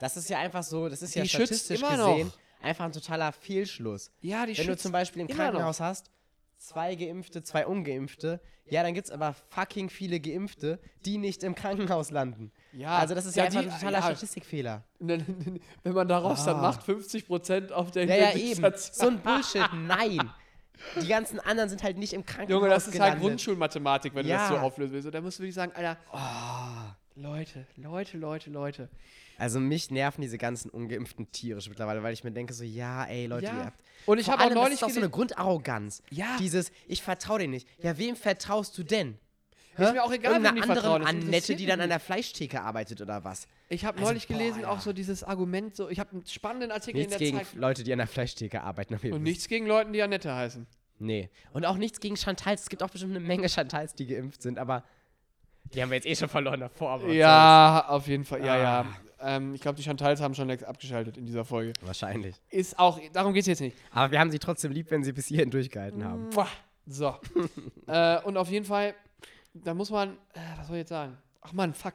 Speaker 2: Das ist ja einfach so, das ist ja
Speaker 1: Die schützt
Speaker 2: statistisch
Speaker 1: immer
Speaker 2: gesehen
Speaker 1: noch.
Speaker 2: einfach ein totaler Fehlschluss.
Speaker 1: ja, die
Speaker 2: Wenn du
Speaker 1: schützt
Speaker 2: zum Beispiel im
Speaker 1: immer noch.
Speaker 2: Krankenhaus hast, zwei Geimpfte, zwei Ungeimpfte. Ja, dann gibt's aber fucking viele Geimpfte, die nicht im Krankenhaus landen.
Speaker 1: Ja,
Speaker 2: also das ist ja,
Speaker 1: ja,
Speaker 2: einfach
Speaker 1: die-
Speaker 2: ein totaler
Speaker 1: ja.
Speaker 2: Statistikfehler.
Speaker 1: (laughs) Wenn man daraus dann macht, 50% auf der
Speaker 2: Ah. Ja, ja, eben. So ein Bullshit, nein. Die ganzen anderen sind halt nicht im Krankenhaus
Speaker 1: Junge, das ist halt
Speaker 2: gelandet.
Speaker 1: Grundschulmathematik, wenn du das so
Speaker 2: Ja. Ah.
Speaker 1: auflösen willst. Und da musst du wirklich sagen, Alter. Leute, Leute, Leute, Leute.
Speaker 2: Also mich nerven diese ganzen ungeimpften tierisch mittlerweile, weil ich mir denke so, ja, ey, Leute,
Speaker 1: Ja.
Speaker 2: ihr habt...
Speaker 1: Und ich
Speaker 2: Vor
Speaker 1: hab auch
Speaker 2: allem,
Speaker 1: neulich
Speaker 2: Das ist auch so eine
Speaker 1: gelesen-
Speaker 2: Grundarroganz.
Speaker 1: Ja.
Speaker 2: Dieses, ich vertraue dir nicht. Ja, wem vertraust du denn?
Speaker 1: Ist mir auch egal, wem die vertrauen,
Speaker 2: Irgendeiner anderen
Speaker 1: das
Speaker 2: Annette,
Speaker 1: interessiert
Speaker 2: die dann
Speaker 1: mich
Speaker 2: an der Fleischtheke arbeitet oder was?
Speaker 1: Ich habe
Speaker 2: Also,
Speaker 1: neulich
Speaker 2: boah,
Speaker 1: gelesen, auch
Speaker 2: ja.
Speaker 1: so dieses Argument, so, ich habe einen spannenden Artikel
Speaker 2: Nichts
Speaker 1: in der
Speaker 2: gegen
Speaker 1: Zeit.
Speaker 2: Leute, die an der Fleischtheke arbeiten. auf jeden
Speaker 1: Und
Speaker 2: Fall.
Speaker 1: nichts gegen Leuten, die Annette heißen.
Speaker 2: Nee. Und auch nichts gegen Chantals. Es gibt auch bestimmt eine Menge Chantals, die geimpft sind, aber die haben wir jetzt eh schon verloren davor. aber was
Speaker 1: Ja, auf jeden Fall. Ja,
Speaker 2: Ah.
Speaker 1: ja. Ähm, ich glaube, die Chantals haben schon längst abgeschaltet in dieser Folge.
Speaker 2: soll's. Wahrscheinlich.
Speaker 1: Ist auch, darum geht's jetzt nicht.
Speaker 2: Aber wir haben sie trotzdem lieb, wenn sie bis hierhin durchgehalten haben.
Speaker 1: Mua. So. äh, und auf jeden Fall, da muss man, äh, was soll ich jetzt sagen? Ach man, fuck.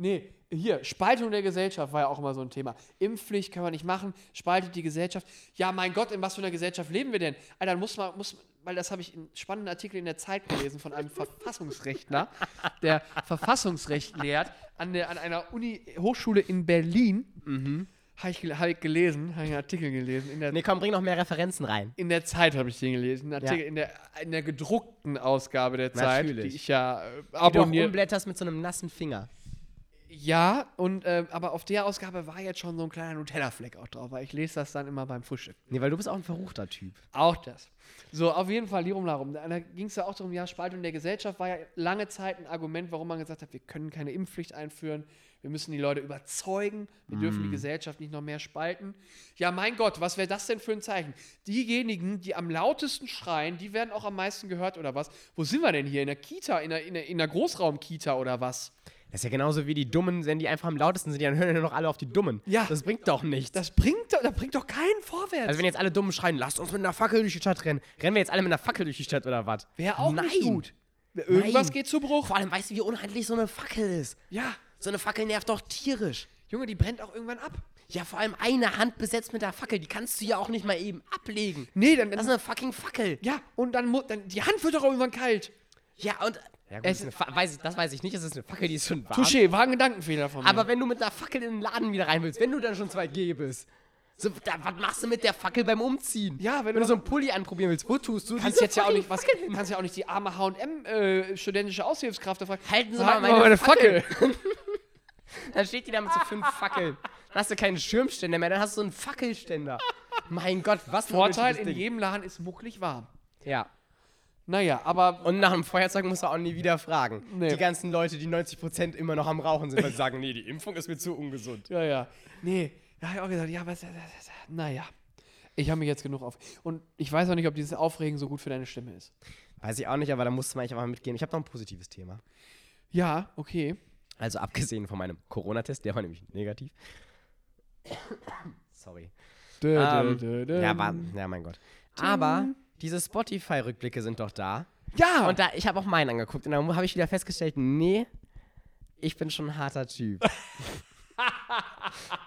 Speaker 1: Nee, hier, Spaltung der Gesellschaft war ja auch immer so ein Thema. Impfpflicht kann man nicht machen, spaltet die Gesellschaft. Ja, mein Gott, in was für einer Gesellschaft leben wir denn? Alter, muss man, muss, weil das habe ich einen spannenden Artikel in der Zeit gelesen von einem Verfassungsrechtler, der Verfassungsrecht lehrt an, der, an einer Uni Hochschule in Berlin. Habe ich, gel- hab ich gelesen, habe ich einen Artikel gelesen in der
Speaker 2: Nee, komm, bring noch mehr Referenzen rein.
Speaker 1: in der Zeit habe ich den gelesen. einen Artikel
Speaker 2: Ja.
Speaker 1: In, der, in der gedruckten Ausgabe der Zeit,
Speaker 2: Natürlich.
Speaker 1: die ich ja äh,
Speaker 2: Die du auch
Speaker 1: abonniere.
Speaker 2: umblätterst mit so einem nassen Finger.
Speaker 1: Ja, und ähm, aber auf der Ausgabe war jetzt schon so ein kleiner Nutella-Fleck auch drauf, weil ich lese das dann immer beim Frühstück.
Speaker 2: Nee, weil du bist auch ein verruchter Typ.
Speaker 1: Auch das. So, auf jeden Fall, Lirum Larum. Da, da ging es ja auch darum, ja, Spaltung der Gesellschaft war ja lange Zeit ein Argument, warum man gesagt hat, wir können keine Impfpflicht einführen, wir müssen die Leute überzeugen,
Speaker 2: Mhm.
Speaker 1: wir dürfen die Gesellschaft nicht noch mehr spalten. Ja, mein Gott, was wäre das denn für ein Zeichen? Diejenigen, die am lautesten schreien, die werden auch am meisten gehört oder was? Wo sind wir denn hier? In der Kita, in der, in der, in der Großraumkita oder was?
Speaker 2: Das ist ja genauso wie die Dummen, wenn die einfach am lautesten sind, dann hören ja nur noch alle auf die Dummen.
Speaker 1: Ja.
Speaker 2: Das bringt doch nichts.
Speaker 1: Das bringt doch, da bringt doch keinen vorwärts.
Speaker 2: also wenn jetzt alle Dummen schreien, lasst uns mit einer Fackel durch die Stadt rennen. Rennen wir jetzt alle mit einer Fackel durch die Stadt oder was?
Speaker 1: Wäre auch
Speaker 2: Nein.
Speaker 1: nicht gut. Irgendwas
Speaker 2: Nein.
Speaker 1: geht zu Bruch.
Speaker 2: Vor allem weißt du, wie unhandlich so eine Fackel ist.
Speaker 1: Ja,
Speaker 2: So eine Fackel nervt doch tierisch.
Speaker 1: Junge, die brennt auch irgendwann ab.
Speaker 2: Ja, vor allem eine Hand besetzt mit der Fackel, die kannst du ja auch nicht mal eben ablegen.
Speaker 1: Nee, dann,
Speaker 2: Das ist eine fucking Fackel.
Speaker 1: Ja, und dann, mu- dann die Hand wird doch irgendwann kalt.
Speaker 2: Ja, und. Ja, gut,
Speaker 1: Es-
Speaker 2: ist eine Fa- weiß ich, das weiß ich nicht, es ist eine Fackel, die ist schon warm.
Speaker 1: Touché, war ein Gedankenfehler von mir.
Speaker 2: Aber wenn du mit einer Fackel in den Laden wieder rein willst, wenn du dann schon 2G bist, so, da, was machst du mit der Fackel beim Umziehen?
Speaker 1: Ja, wenn
Speaker 2: wenn
Speaker 1: du-
Speaker 2: du so einen Pulli anprobieren willst, wo tust du
Speaker 1: kannst
Speaker 2: diese
Speaker 1: jetzt ja auch
Speaker 2: fucking
Speaker 1: nicht was,
Speaker 2: Fackel hin?
Speaker 1: kannst ja auch nicht die arme H&M äh, studentische Aushilfskraft da fragen.
Speaker 2: Halten Sie
Speaker 1: Halten
Speaker 2: mal
Speaker 1: Sie
Speaker 2: meine
Speaker 1: Fackel.
Speaker 2: Dann steht die da mit so fünf Fackeln. Dann hast du keinen Schirmständer mehr, dann hast du so einen Fackelständer. Mein Gott, was für
Speaker 1: (laughs)
Speaker 2: ein
Speaker 1: Vorteil, in
Speaker 2: unnötiges Ding.
Speaker 1: jedem Laden ist mucklig warm.
Speaker 2: Ja.
Speaker 1: Naja, aber
Speaker 2: Und nach dem Feuerzeug musst du auch nie wieder fragen.
Speaker 1: Nee.
Speaker 2: Die ganzen Leute, die 90% immer noch am Rauchen sind, weil sie sagen, nee, die Impfung ist mir zu ungesund.
Speaker 1: ja, ja. Nee, da habe ich auch gesagt, ja, was, naja. Ich habe mich jetzt genug auf. Und ich weiß auch nicht, ob dieses Aufregen so gut für deine Stimme ist.
Speaker 2: Weiß ich auch nicht, aber da musste man eigentlich einfach mal mitgehen. Ich habe noch ein positives Thema.
Speaker 1: Ja, okay.
Speaker 2: Also abgesehen von meinem Corona-Test, der war nämlich negativ. Sorry.
Speaker 1: Dö, dö,
Speaker 2: Ähm,
Speaker 1: dö, dö.
Speaker 2: ja, war, ja, mein Gott. Aber diese Spotify-Rückblicke sind doch da.
Speaker 1: ja,
Speaker 2: Und da, ich habe auch meinen angeguckt und dann habe ich wieder festgestellt, nee, ich bin schon ein harter Typ.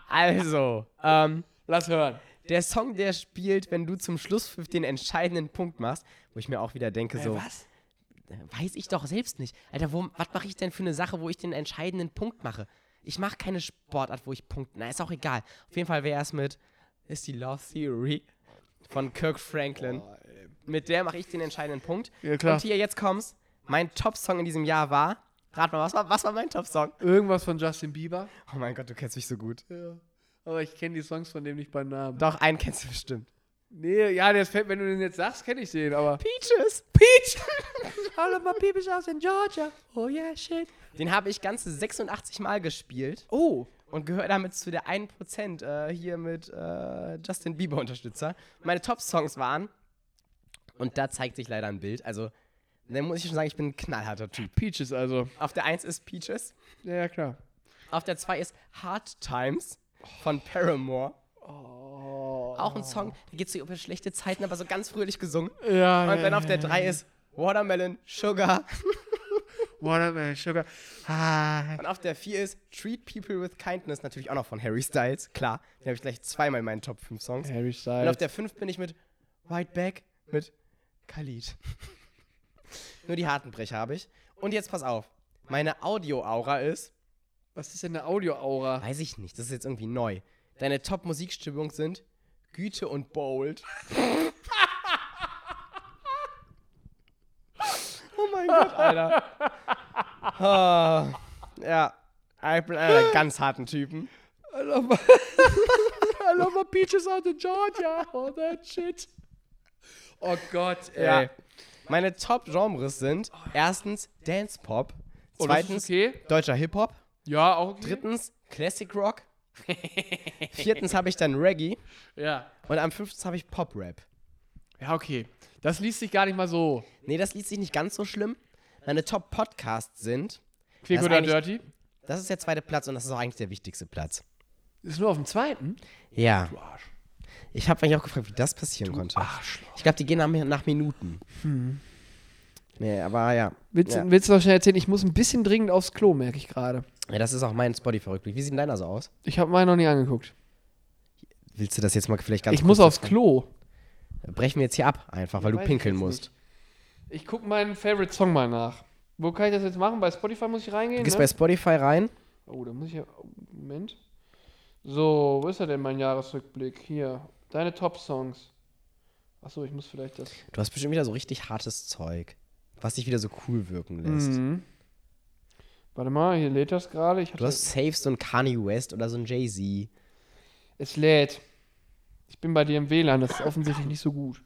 Speaker 2: also, ähm,
Speaker 1: lass hören.
Speaker 2: der Song, der spielt, wenn du zum Schluss den entscheidenden Punkt machst, wo ich mir auch wieder denke, so,
Speaker 1: was?
Speaker 2: weiß ich doch selbst nicht. Alter, wo, was mache ich denn für eine Sache, wo ich den entscheidenden Punkt mache? Ich mache keine Sportart, wo ich Punkte. Na, ist auch egal. Auf jeden Fall wäre es mit, ist die Love Theory von Kirk Franklin. mit der mache ich den entscheidenden Punkt.
Speaker 1: Ja, klar.
Speaker 2: Und hier, jetzt kommt's. Mein Top-Song in diesem Jahr war, rat mal, was war, was war mein Top-Song?
Speaker 1: Irgendwas von Justin Bieber.
Speaker 2: Oh mein Gott, du kennst mich so gut.
Speaker 1: Ja. Aber ich kenne die Songs von dem nicht bei Namen.
Speaker 2: Doch, einen kennst du bestimmt.
Speaker 1: Nee, ja, das fällt, wenn du den jetzt sagst, kenne ich den, aber.
Speaker 2: Peaches. Peach!
Speaker 1: All of my people's house in Georgia. Oh yeah, shit.
Speaker 2: (laughs) Den habe ich ganze 86 Mal gespielt
Speaker 1: Oh.
Speaker 2: und gehöre damit zu der 1% äh, hier mit äh, Justin Bieber-Unterstützer. Meine Top-Songs waren, und da zeigt sich leider ein Bild, also, dann muss ich schon sagen, ich bin ein knallharter Typ.
Speaker 1: Peaches also.
Speaker 2: Auf der 1 ist Peaches,
Speaker 1: Ja, ja, klar.
Speaker 2: auf der 2 ist Hard Times von Paramore.
Speaker 1: Oh.
Speaker 2: Auch ein Song, da geht es über schlechte Zeiten, aber so ganz fröhlich gesungen.
Speaker 1: Ja,
Speaker 2: Und dann auf der 3 ist Watermelon Sugar.
Speaker 1: Watermelon Sugar. Hi.
Speaker 2: Und auf der 4 ist Treat People with Kindness, natürlich auch noch von Harry Styles, klar. Den habe ich gleich zweimal in meinen Top 5 Songs.
Speaker 1: Harry
Speaker 2: Und auf
Speaker 1: Styles.
Speaker 2: der 5 bin ich mit Right Back, mit Khalid. (laughs) Nur die Hartenbrecher habe ich. Und jetzt pass auf. Meine Audio-Aura ist,
Speaker 1: Was ist denn eine Audioaura?
Speaker 2: weiß ich nicht, das ist jetzt irgendwie neu. Deine Top-Musikstimmung sind Güte und Bold. (laughs) oh mein Gott, Alter. Ah, ja, ich bin einer der ganz harten Typen.
Speaker 1: I love my, I love my peaches out of Georgia. Oh, that shit. Oh Gott, ey.
Speaker 2: Ja. Äh, Meine Top-Genres sind erstens Dance-Pop,
Speaker 1: Oh, das ist
Speaker 2: zweitens
Speaker 1: okay.
Speaker 2: deutscher Hip-Hop,
Speaker 1: Ja, auch okay.
Speaker 2: drittens Classic
Speaker 1: (laughs)
Speaker 2: Rock, viertens habe ich dann Reggae
Speaker 1: Ja.
Speaker 2: und am fünftens habe ich Pop-Rap.
Speaker 1: Ja, okay. Das liest sich gar nicht mal so.
Speaker 2: Nee, das liest sich nicht ganz so schlimm. Meine Top-Podcasts sind,
Speaker 1: Quick
Speaker 2: Das ist
Speaker 1: oder
Speaker 2: eigentlich-
Speaker 1: Dirty?
Speaker 2: das ist der zweite Platz und das ist auch eigentlich der wichtigste Platz.
Speaker 1: Ist nur auf dem zweiten?
Speaker 2: Ja,
Speaker 1: Du Arsch.
Speaker 2: ich habe mich auch gefragt, wie das passieren konnte.
Speaker 1: Arschloch. Hm.
Speaker 2: Ich glaube, die gehen nach, nach Minuten. Nee, aber ja.
Speaker 1: Willst,
Speaker 2: ja.
Speaker 1: willst du noch schnell erzählen? Ich muss ein bisschen dringend aufs Klo, merke ich gerade.
Speaker 2: ja, das ist auch mein Spotify-Rückblick. Wie sieht denn deiner so aus?
Speaker 1: Ich habe meinen noch nie angeguckt.
Speaker 2: Willst du das jetzt mal vielleicht ganz
Speaker 1: ich muss
Speaker 2: kurz
Speaker 1: aufs Klo.
Speaker 2: brechen wir jetzt hier ab, einfach, weil du
Speaker 1: Weiß ich
Speaker 2: pinkeln
Speaker 1: jetzt
Speaker 2: musst.
Speaker 1: nicht. Ich gucke meinen Favorite Song mal nach. Wo kann ich das jetzt machen? Bei Spotify muss ich reingehen?
Speaker 2: Du gehst
Speaker 1: ne?
Speaker 2: bei Spotify rein.
Speaker 1: Oh, da muss ich ja. oh, Moment. So, wo ist er denn mein Jahresrückblick? Hier. Deine Top-Songs. Achso, ich muss vielleicht das.
Speaker 2: Du hast bestimmt wieder so richtig hartes Zeug, was dich wieder so cool wirken lässt.
Speaker 1: Mhm. Warte mal, hier lädt das gerade. Ich
Speaker 2: Du
Speaker 1: hatte-
Speaker 2: hast safe so ein Kanye West oder so ein Jay-Z.
Speaker 1: Es lädt. Ich bin bei dir im WLAN, das ist offensichtlich nicht so gut.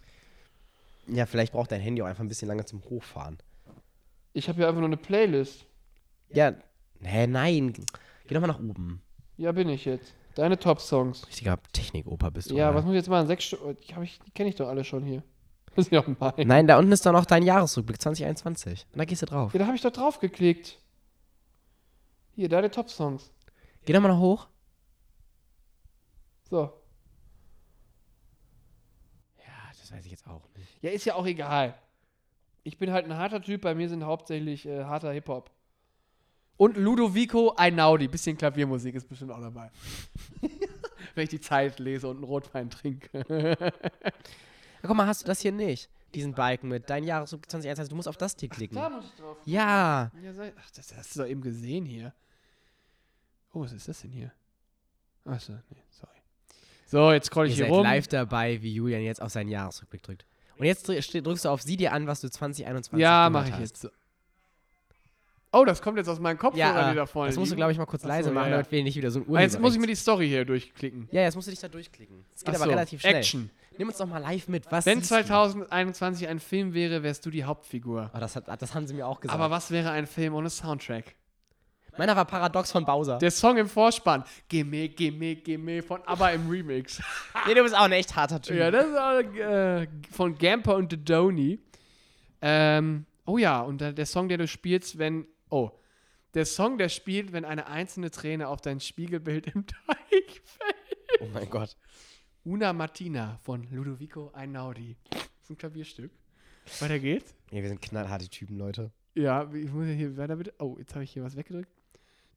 Speaker 2: Ja, vielleicht braucht dein Handy auch einfach ein bisschen lange zum Hochfahren.
Speaker 1: Ich habe hier einfach nur eine Playlist.
Speaker 2: Ja, hä, nein. Geh doch mal nach oben.
Speaker 1: Ja, bin ich jetzt. Deine Top-Songs.
Speaker 2: Richtiger Technikoper bist du.
Speaker 1: Ja,
Speaker 2: oder?
Speaker 1: was muss ich jetzt machen? Sechs Stunden. Die, hab ich- die kenne ich doch alle schon hier. (laughs) Das ist ja mein. Ja,
Speaker 2: Nein, da unten ist doch noch dein Jahresrückblick 2021. Und da gehst du drauf.
Speaker 1: da habe ich doch drauf geklickt. Hier, deine Top-Songs.
Speaker 2: Geh doch mal nach hoch.
Speaker 1: So. Ah,
Speaker 2: Ja, das weiß ich jetzt auch nicht.
Speaker 1: Ja, ist ja auch egal. Ich bin halt ein harter Typ, bei mir sind hauptsächlich äh, harter Hip-Hop. Und Ludovico Einaudi, bisschen Klaviermusik ist bestimmt auch dabei. (laughs) Wenn ich die Zeit lese und einen Rotwein
Speaker 2: (laughs)
Speaker 1: trinke.
Speaker 2: Ja, guck mal, hast du das hier nicht? Diesen Balken mit dein Jahresrückblick 2021. Du musst auf das hier klicken.
Speaker 1: da muss ich drauf.
Speaker 2: Ja.
Speaker 1: Ja, sei, ach, das hast du doch eben gesehen hier. Oh, was ist das denn hier? Achso, nee, sorry. So, jetzt scroll ich hier
Speaker 2: Ihr seid
Speaker 1: rum.
Speaker 2: live dabei, wie Julian jetzt auf seinen Jahresrückblick drückt. Und jetzt dr- ste- drückst du auf sie dir an, was du 2021
Speaker 1: ja,
Speaker 2: gemacht
Speaker 1: mache ich
Speaker 2: hast.
Speaker 1: jetzt. Oh, das kommt jetzt aus meinem Kopf,
Speaker 2: Ja,
Speaker 1: die da
Speaker 2: äh,
Speaker 1: vorne
Speaker 2: das musst du,
Speaker 1: liegen.
Speaker 2: glaube ich, mal kurz
Speaker 1: Ach so,
Speaker 2: leise
Speaker 1: ja,
Speaker 2: machen,
Speaker 1: ja.
Speaker 2: damit wir nicht wieder so ein
Speaker 1: Ah,
Speaker 2: Uhr
Speaker 1: Jetzt muss ich mir die Story hier durchklicken.
Speaker 2: Ja, jetzt musst du dich da durchklicken. Es geht
Speaker 1: Ach
Speaker 2: aber
Speaker 1: so,
Speaker 2: relativ schnell.
Speaker 1: Action.
Speaker 2: Nimm uns doch mal live mit. Was
Speaker 1: Wenn
Speaker 2: siehst du?
Speaker 1: 2021 ein Film wäre, wärst du die Hauptfigur.
Speaker 2: Oh, das, hat, das haben sie mir auch gesagt.
Speaker 1: Aber was wäre ein Film ohne Soundtrack?
Speaker 2: Meiner war Paradox von Bowser.
Speaker 1: Der Song im Vorspann. Gimme, gimme, gimme von ABBA im
Speaker 2: (laughs)
Speaker 1: Remix.
Speaker 2: nee, du bist auch ein echt harter Typ.
Speaker 1: ja, das ist auch, äh, von Gamper und The Doni. Ähm, oh ja, und der, der Song, der du spielst, wenn. Oh. Der Song, der spielt, wenn eine einzelne Träne auf dein Spiegelbild im (laughs) Teich fällt.
Speaker 2: Oh mein Gott.
Speaker 1: Una Martina von Ludovico Einaudi. Das ist ein Klavierstück. Weiter geht's.
Speaker 2: Nee, wir sind knallharte Typen, Leute.
Speaker 1: Ja, ich muss ja hier weiter bitte. Oh, jetzt habe ich hier was weggedrückt.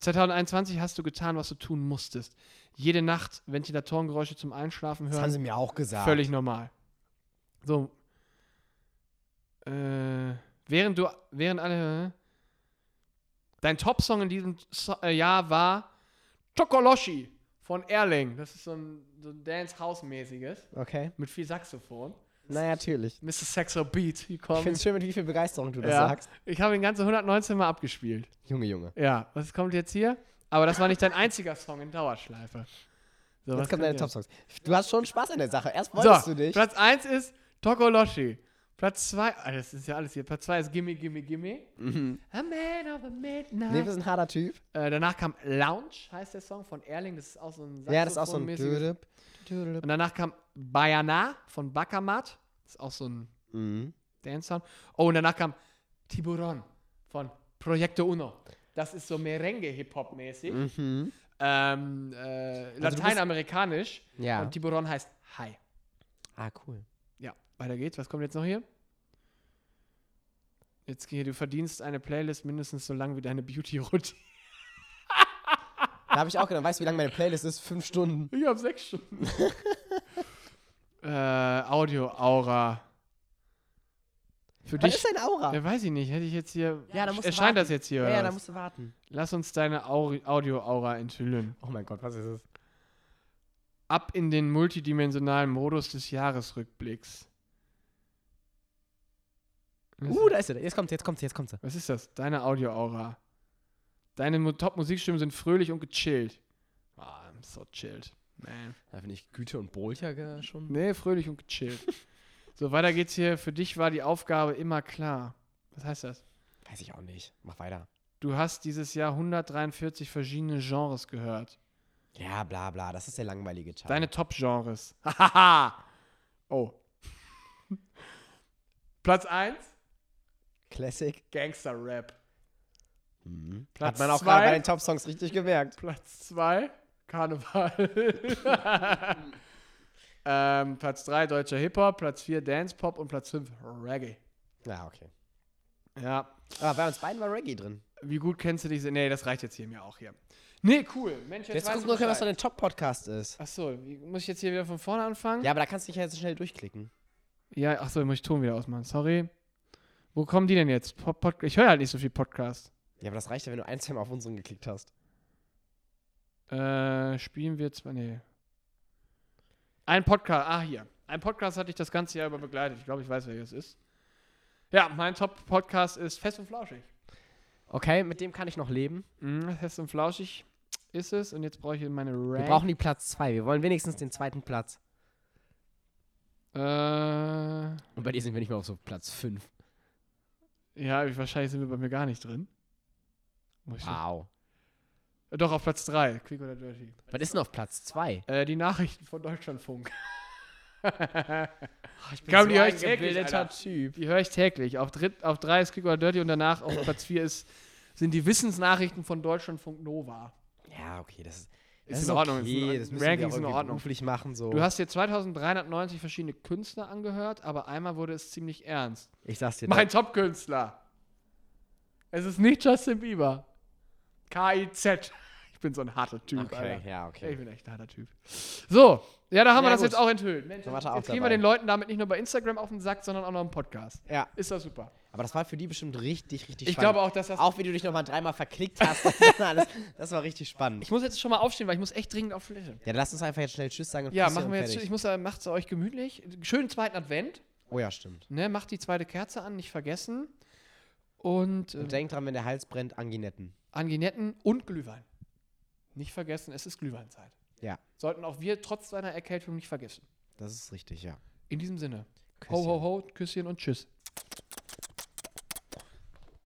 Speaker 1: 2021 hast du getan, was du tun musstest. Jede Nacht Ventilatorengeräusche zum Einschlafen
Speaker 2: Das haben
Speaker 1: hören,
Speaker 2: sie mir auch gesagt.
Speaker 1: völlig normal. So. Äh, während du, während alle. Dein Top-Song in diesem so äh, Jahr war Chocoloschi von Erling. Das ist so ein, so ein Dance-House-mäßiges
Speaker 2: Okay.
Speaker 1: mit viel Saxophon.
Speaker 2: Na, natürlich.
Speaker 1: Mr. Saxo Beat, hier
Speaker 2: Ich finde
Speaker 1: kommt.
Speaker 2: es schön, mit wie viel Begeisterung du das
Speaker 1: Ja.
Speaker 2: sagst.
Speaker 1: Ich habe ihn ganze 119 Mal abgespielt.
Speaker 2: Junge, Junge.
Speaker 1: Ja, was kommt jetzt hier? Aber das war nicht dein einziger Song in Dauerschleife. So, was
Speaker 2: Jetzt kommen deine
Speaker 1: jetzt?
Speaker 2: Top-Songs. Du hast schon Spaß an der Sache. Erst wolltest
Speaker 1: So,
Speaker 2: du dich.
Speaker 1: Platz 1 ist Tokoloshi. Platz 2, ah, das ist ja alles hier. Platz 2 ist Gimme, Gimme, Gimme. A man of a midnight.
Speaker 2: Mhm. Nee, wir sind ein harter Typ.
Speaker 1: äh, danach kam Lounge, heißt der Song von Erling. Das ist auch so ein
Speaker 2: Ja, das ist auch so ein
Speaker 1: Saxophonmäßiges-
Speaker 2: Dödep.
Speaker 1: Und danach kam Bayana von Bakamat. Das ist auch so ein
Speaker 2: Mhm.
Speaker 1: Dance-Sound. Oh, und danach kam Tiburon von Proyecto Uno. Das ist so Merengue-Hip-Hop-mäßig.
Speaker 2: Mhm. Also
Speaker 1: ähm, äh, lateinamerikanisch
Speaker 2: Ja.
Speaker 1: und Tiburon heißt Hi.
Speaker 2: Ah, cool.
Speaker 1: Ja, weiter geht's. Was kommt jetzt noch hier? Jetzt hier, du verdienst eine Playlist mindestens so lang wie deine Beauty-Routine. (laughs)
Speaker 2: Da habe ich auch gedacht, weißt du, wie lange meine Playlist ist? Fünf Stunden.
Speaker 1: Ich hab sechs
Speaker 2: (laughs)
Speaker 1: Stunden. äh, Audio, Aura. Für
Speaker 2: Was
Speaker 1: dich.
Speaker 2: ist deine Aura?
Speaker 1: Ja, weiß ich nicht. Hätte ich jetzt hier.
Speaker 2: Ja, da musst du
Speaker 1: Erscheint
Speaker 2: warten.
Speaker 1: das jetzt hier?
Speaker 2: Ja,
Speaker 1: oder
Speaker 2: ja, da
Speaker 1: was?
Speaker 2: musst du warten.
Speaker 1: Lass uns deine Auri- Audio-Aura enthüllen.
Speaker 2: Oh mein Gott, was ist es?
Speaker 1: Ab in den multidimensionalen Modus des Jahresrückblicks. Was,
Speaker 2: Uh, da ist er. Jetzt kommt sie, jetzt kommt sie, jetzt kommt sie.
Speaker 1: was ist das? Deine Audio-Aura. Deine Mu- Top-Musikstimmen sind fröhlich und gechillt. Ah, I'm so chilled. Man.
Speaker 2: Da finde ich Güte und Bolcher schon.
Speaker 1: Nee, fröhlich und gechillt. so, weiter geht's hier. Für dich war die Aufgabe immer klar. Was heißt das?
Speaker 2: Weiß ich auch nicht. Mach weiter.
Speaker 1: Du hast dieses Jahr 143 verschiedene Genres gehört.
Speaker 2: Ja, bla bla, das ist der langweilige Chart.
Speaker 1: Deine Top-Genres. Hahaha. (laughs) oh. Platz 1,
Speaker 2: Classic.
Speaker 1: Gangster-Rap. Platz
Speaker 2: Hat man auch
Speaker 1: zwei.
Speaker 2: gerade bei den Top-Songs richtig gemerkt.
Speaker 1: Platz 2, Karneval. (laughs) ähm, Platz 3, deutscher Hip-Hop. Platz 4, Dance-Pop. Und Platz 5, Reggae.
Speaker 2: Ja, okay.
Speaker 1: Ja,
Speaker 2: Aber bei uns beiden war Reggae drin.
Speaker 1: wie gut kennst du dich? Nee, das reicht jetzt hier mir auch hier. Nee, cool. Mensch, jetzt,
Speaker 2: Jetzt
Speaker 1: weißt
Speaker 2: gucken
Speaker 1: du
Speaker 2: wir mal, was
Speaker 1: Bescheid.
Speaker 2: dein Top-Podcast ist.
Speaker 1: Achso, muss ich jetzt hier wieder von vorne anfangen?
Speaker 2: Ja, aber da kannst du dich ja jetzt schnell durchklicken.
Speaker 1: Ja, achso, muss ich Ton wieder ausmachen. Sorry. Wo kommen die denn jetzt? Pod Pod ich höre halt nicht so viel Podcast.
Speaker 2: Ja, aber das reicht ja, wenn du ein, zwei Mal auf unseren geklickt hast.
Speaker 1: Äh, spielen wir zwei. Nee. Ein Podcast. Ah, hier. Ein Podcast hatte ich das ganze Jahr über begleitet. Ich glaube, ich weiß, welcher es ist. Ja, mein Top-Podcast ist Fest und Flauschig.
Speaker 2: Okay, mit dem kann ich noch leben.
Speaker 1: Mhm, Fest und Flauschig ist es. Und jetzt brauche ich meine Rank.
Speaker 2: Wir brauchen die Platz zwei. Wir wollen wenigstens den zweiten Platz.
Speaker 1: Äh.
Speaker 2: Und bei dir sind wir nicht mehr auf so Platz fünf.
Speaker 1: Ja, ich- wahrscheinlich sind wir bei mir gar nicht drin. Muss ich
Speaker 2: Wow.
Speaker 1: Doch, auf Platz 3. Quick oder Dirty.
Speaker 2: Was ist denn auf Platz zwei?
Speaker 1: Äh, die Nachrichten von Deutschlandfunk. (laughs)
Speaker 2: Ich bin
Speaker 1: Glaub, die höre Ah, ich täglich,
Speaker 2: eingebildeter
Speaker 1: Alter.
Speaker 2: Typ.
Speaker 1: Die höre ich täglich. Auf 3 auf drei ist Quick oder Dirty und danach
Speaker 2: (coughs)
Speaker 1: auf Platz 4 ist, sind die Wissensnachrichten von Deutschlandfunk Nova.
Speaker 2: Ja, okay, das ist,
Speaker 1: Ist in Ordnung, ist in
Speaker 2: Okay,
Speaker 1: Ordnung.
Speaker 2: das
Speaker 1: Rankings
Speaker 2: müssen wir
Speaker 1: in
Speaker 2: auch irgendwie
Speaker 1: Ordnung.
Speaker 2: beruflich machen. So.
Speaker 1: Du hast dir 2390 verschiedene Künstler angehört, aber einmal wurde es ziemlich ernst.
Speaker 2: ich sag's dir,
Speaker 1: Mein Top-Künstler. Es ist nicht Justin Bieber. KIZ. (laughs) Ich bin so ein harter Typ.
Speaker 2: Okay,
Speaker 1: Alter.
Speaker 2: ja,
Speaker 1: Ja, Ich
Speaker 2: okay.
Speaker 1: bin echt ein harter Typ. So, ja, da haben wir
Speaker 2: Ja,
Speaker 1: das
Speaker 2: gut.
Speaker 1: jetzt auch enthüllt. Mensch,
Speaker 2: Dann
Speaker 1: jetzt
Speaker 2: war er auch
Speaker 1: kriegen wir
Speaker 2: dabei.
Speaker 1: den Leuten damit nicht nur bei Instagram auf den Sack, sondern auch noch im Podcast.
Speaker 2: Ja,
Speaker 1: Ist das super.
Speaker 2: aber das war für die bestimmt richtig, richtig
Speaker 1: Ich
Speaker 2: spannend.
Speaker 1: glaube auch, dass das-
Speaker 2: Auch wie du dich nochmal dreimal verklickt hast. (laughs) und alles, das war richtig spannend.
Speaker 1: Ich muss jetzt schon mal aufstehen, weil ich muss echt dringend auf Fläche.
Speaker 2: Ja, lass uns einfach jetzt schnell Tschüss sagen und
Speaker 1: Ja,
Speaker 2: Küsschen
Speaker 1: machen
Speaker 2: und
Speaker 1: wir jetzt.
Speaker 2: fertig.
Speaker 1: Ich muss sagen, macht's euch gemütlich. Schönen zweiten Advent.
Speaker 2: Oh ja, stimmt.
Speaker 1: Ne? Macht die zweite Kerze an, nicht vergessen. Und äh,
Speaker 2: Und denk dran, wenn der Hals brennt, Anginetten.
Speaker 1: Anginetten und Glühwein. Nicht vergessen, es ist Glühweinzeit.
Speaker 2: Ja,
Speaker 1: Sollten auch wir trotz seiner Erkältung nicht vergessen.
Speaker 2: das ist richtig, ja.
Speaker 1: In diesem Sinne.
Speaker 2: Küsschen.
Speaker 1: Ho, ho, ho, Küsschen und Tschüss.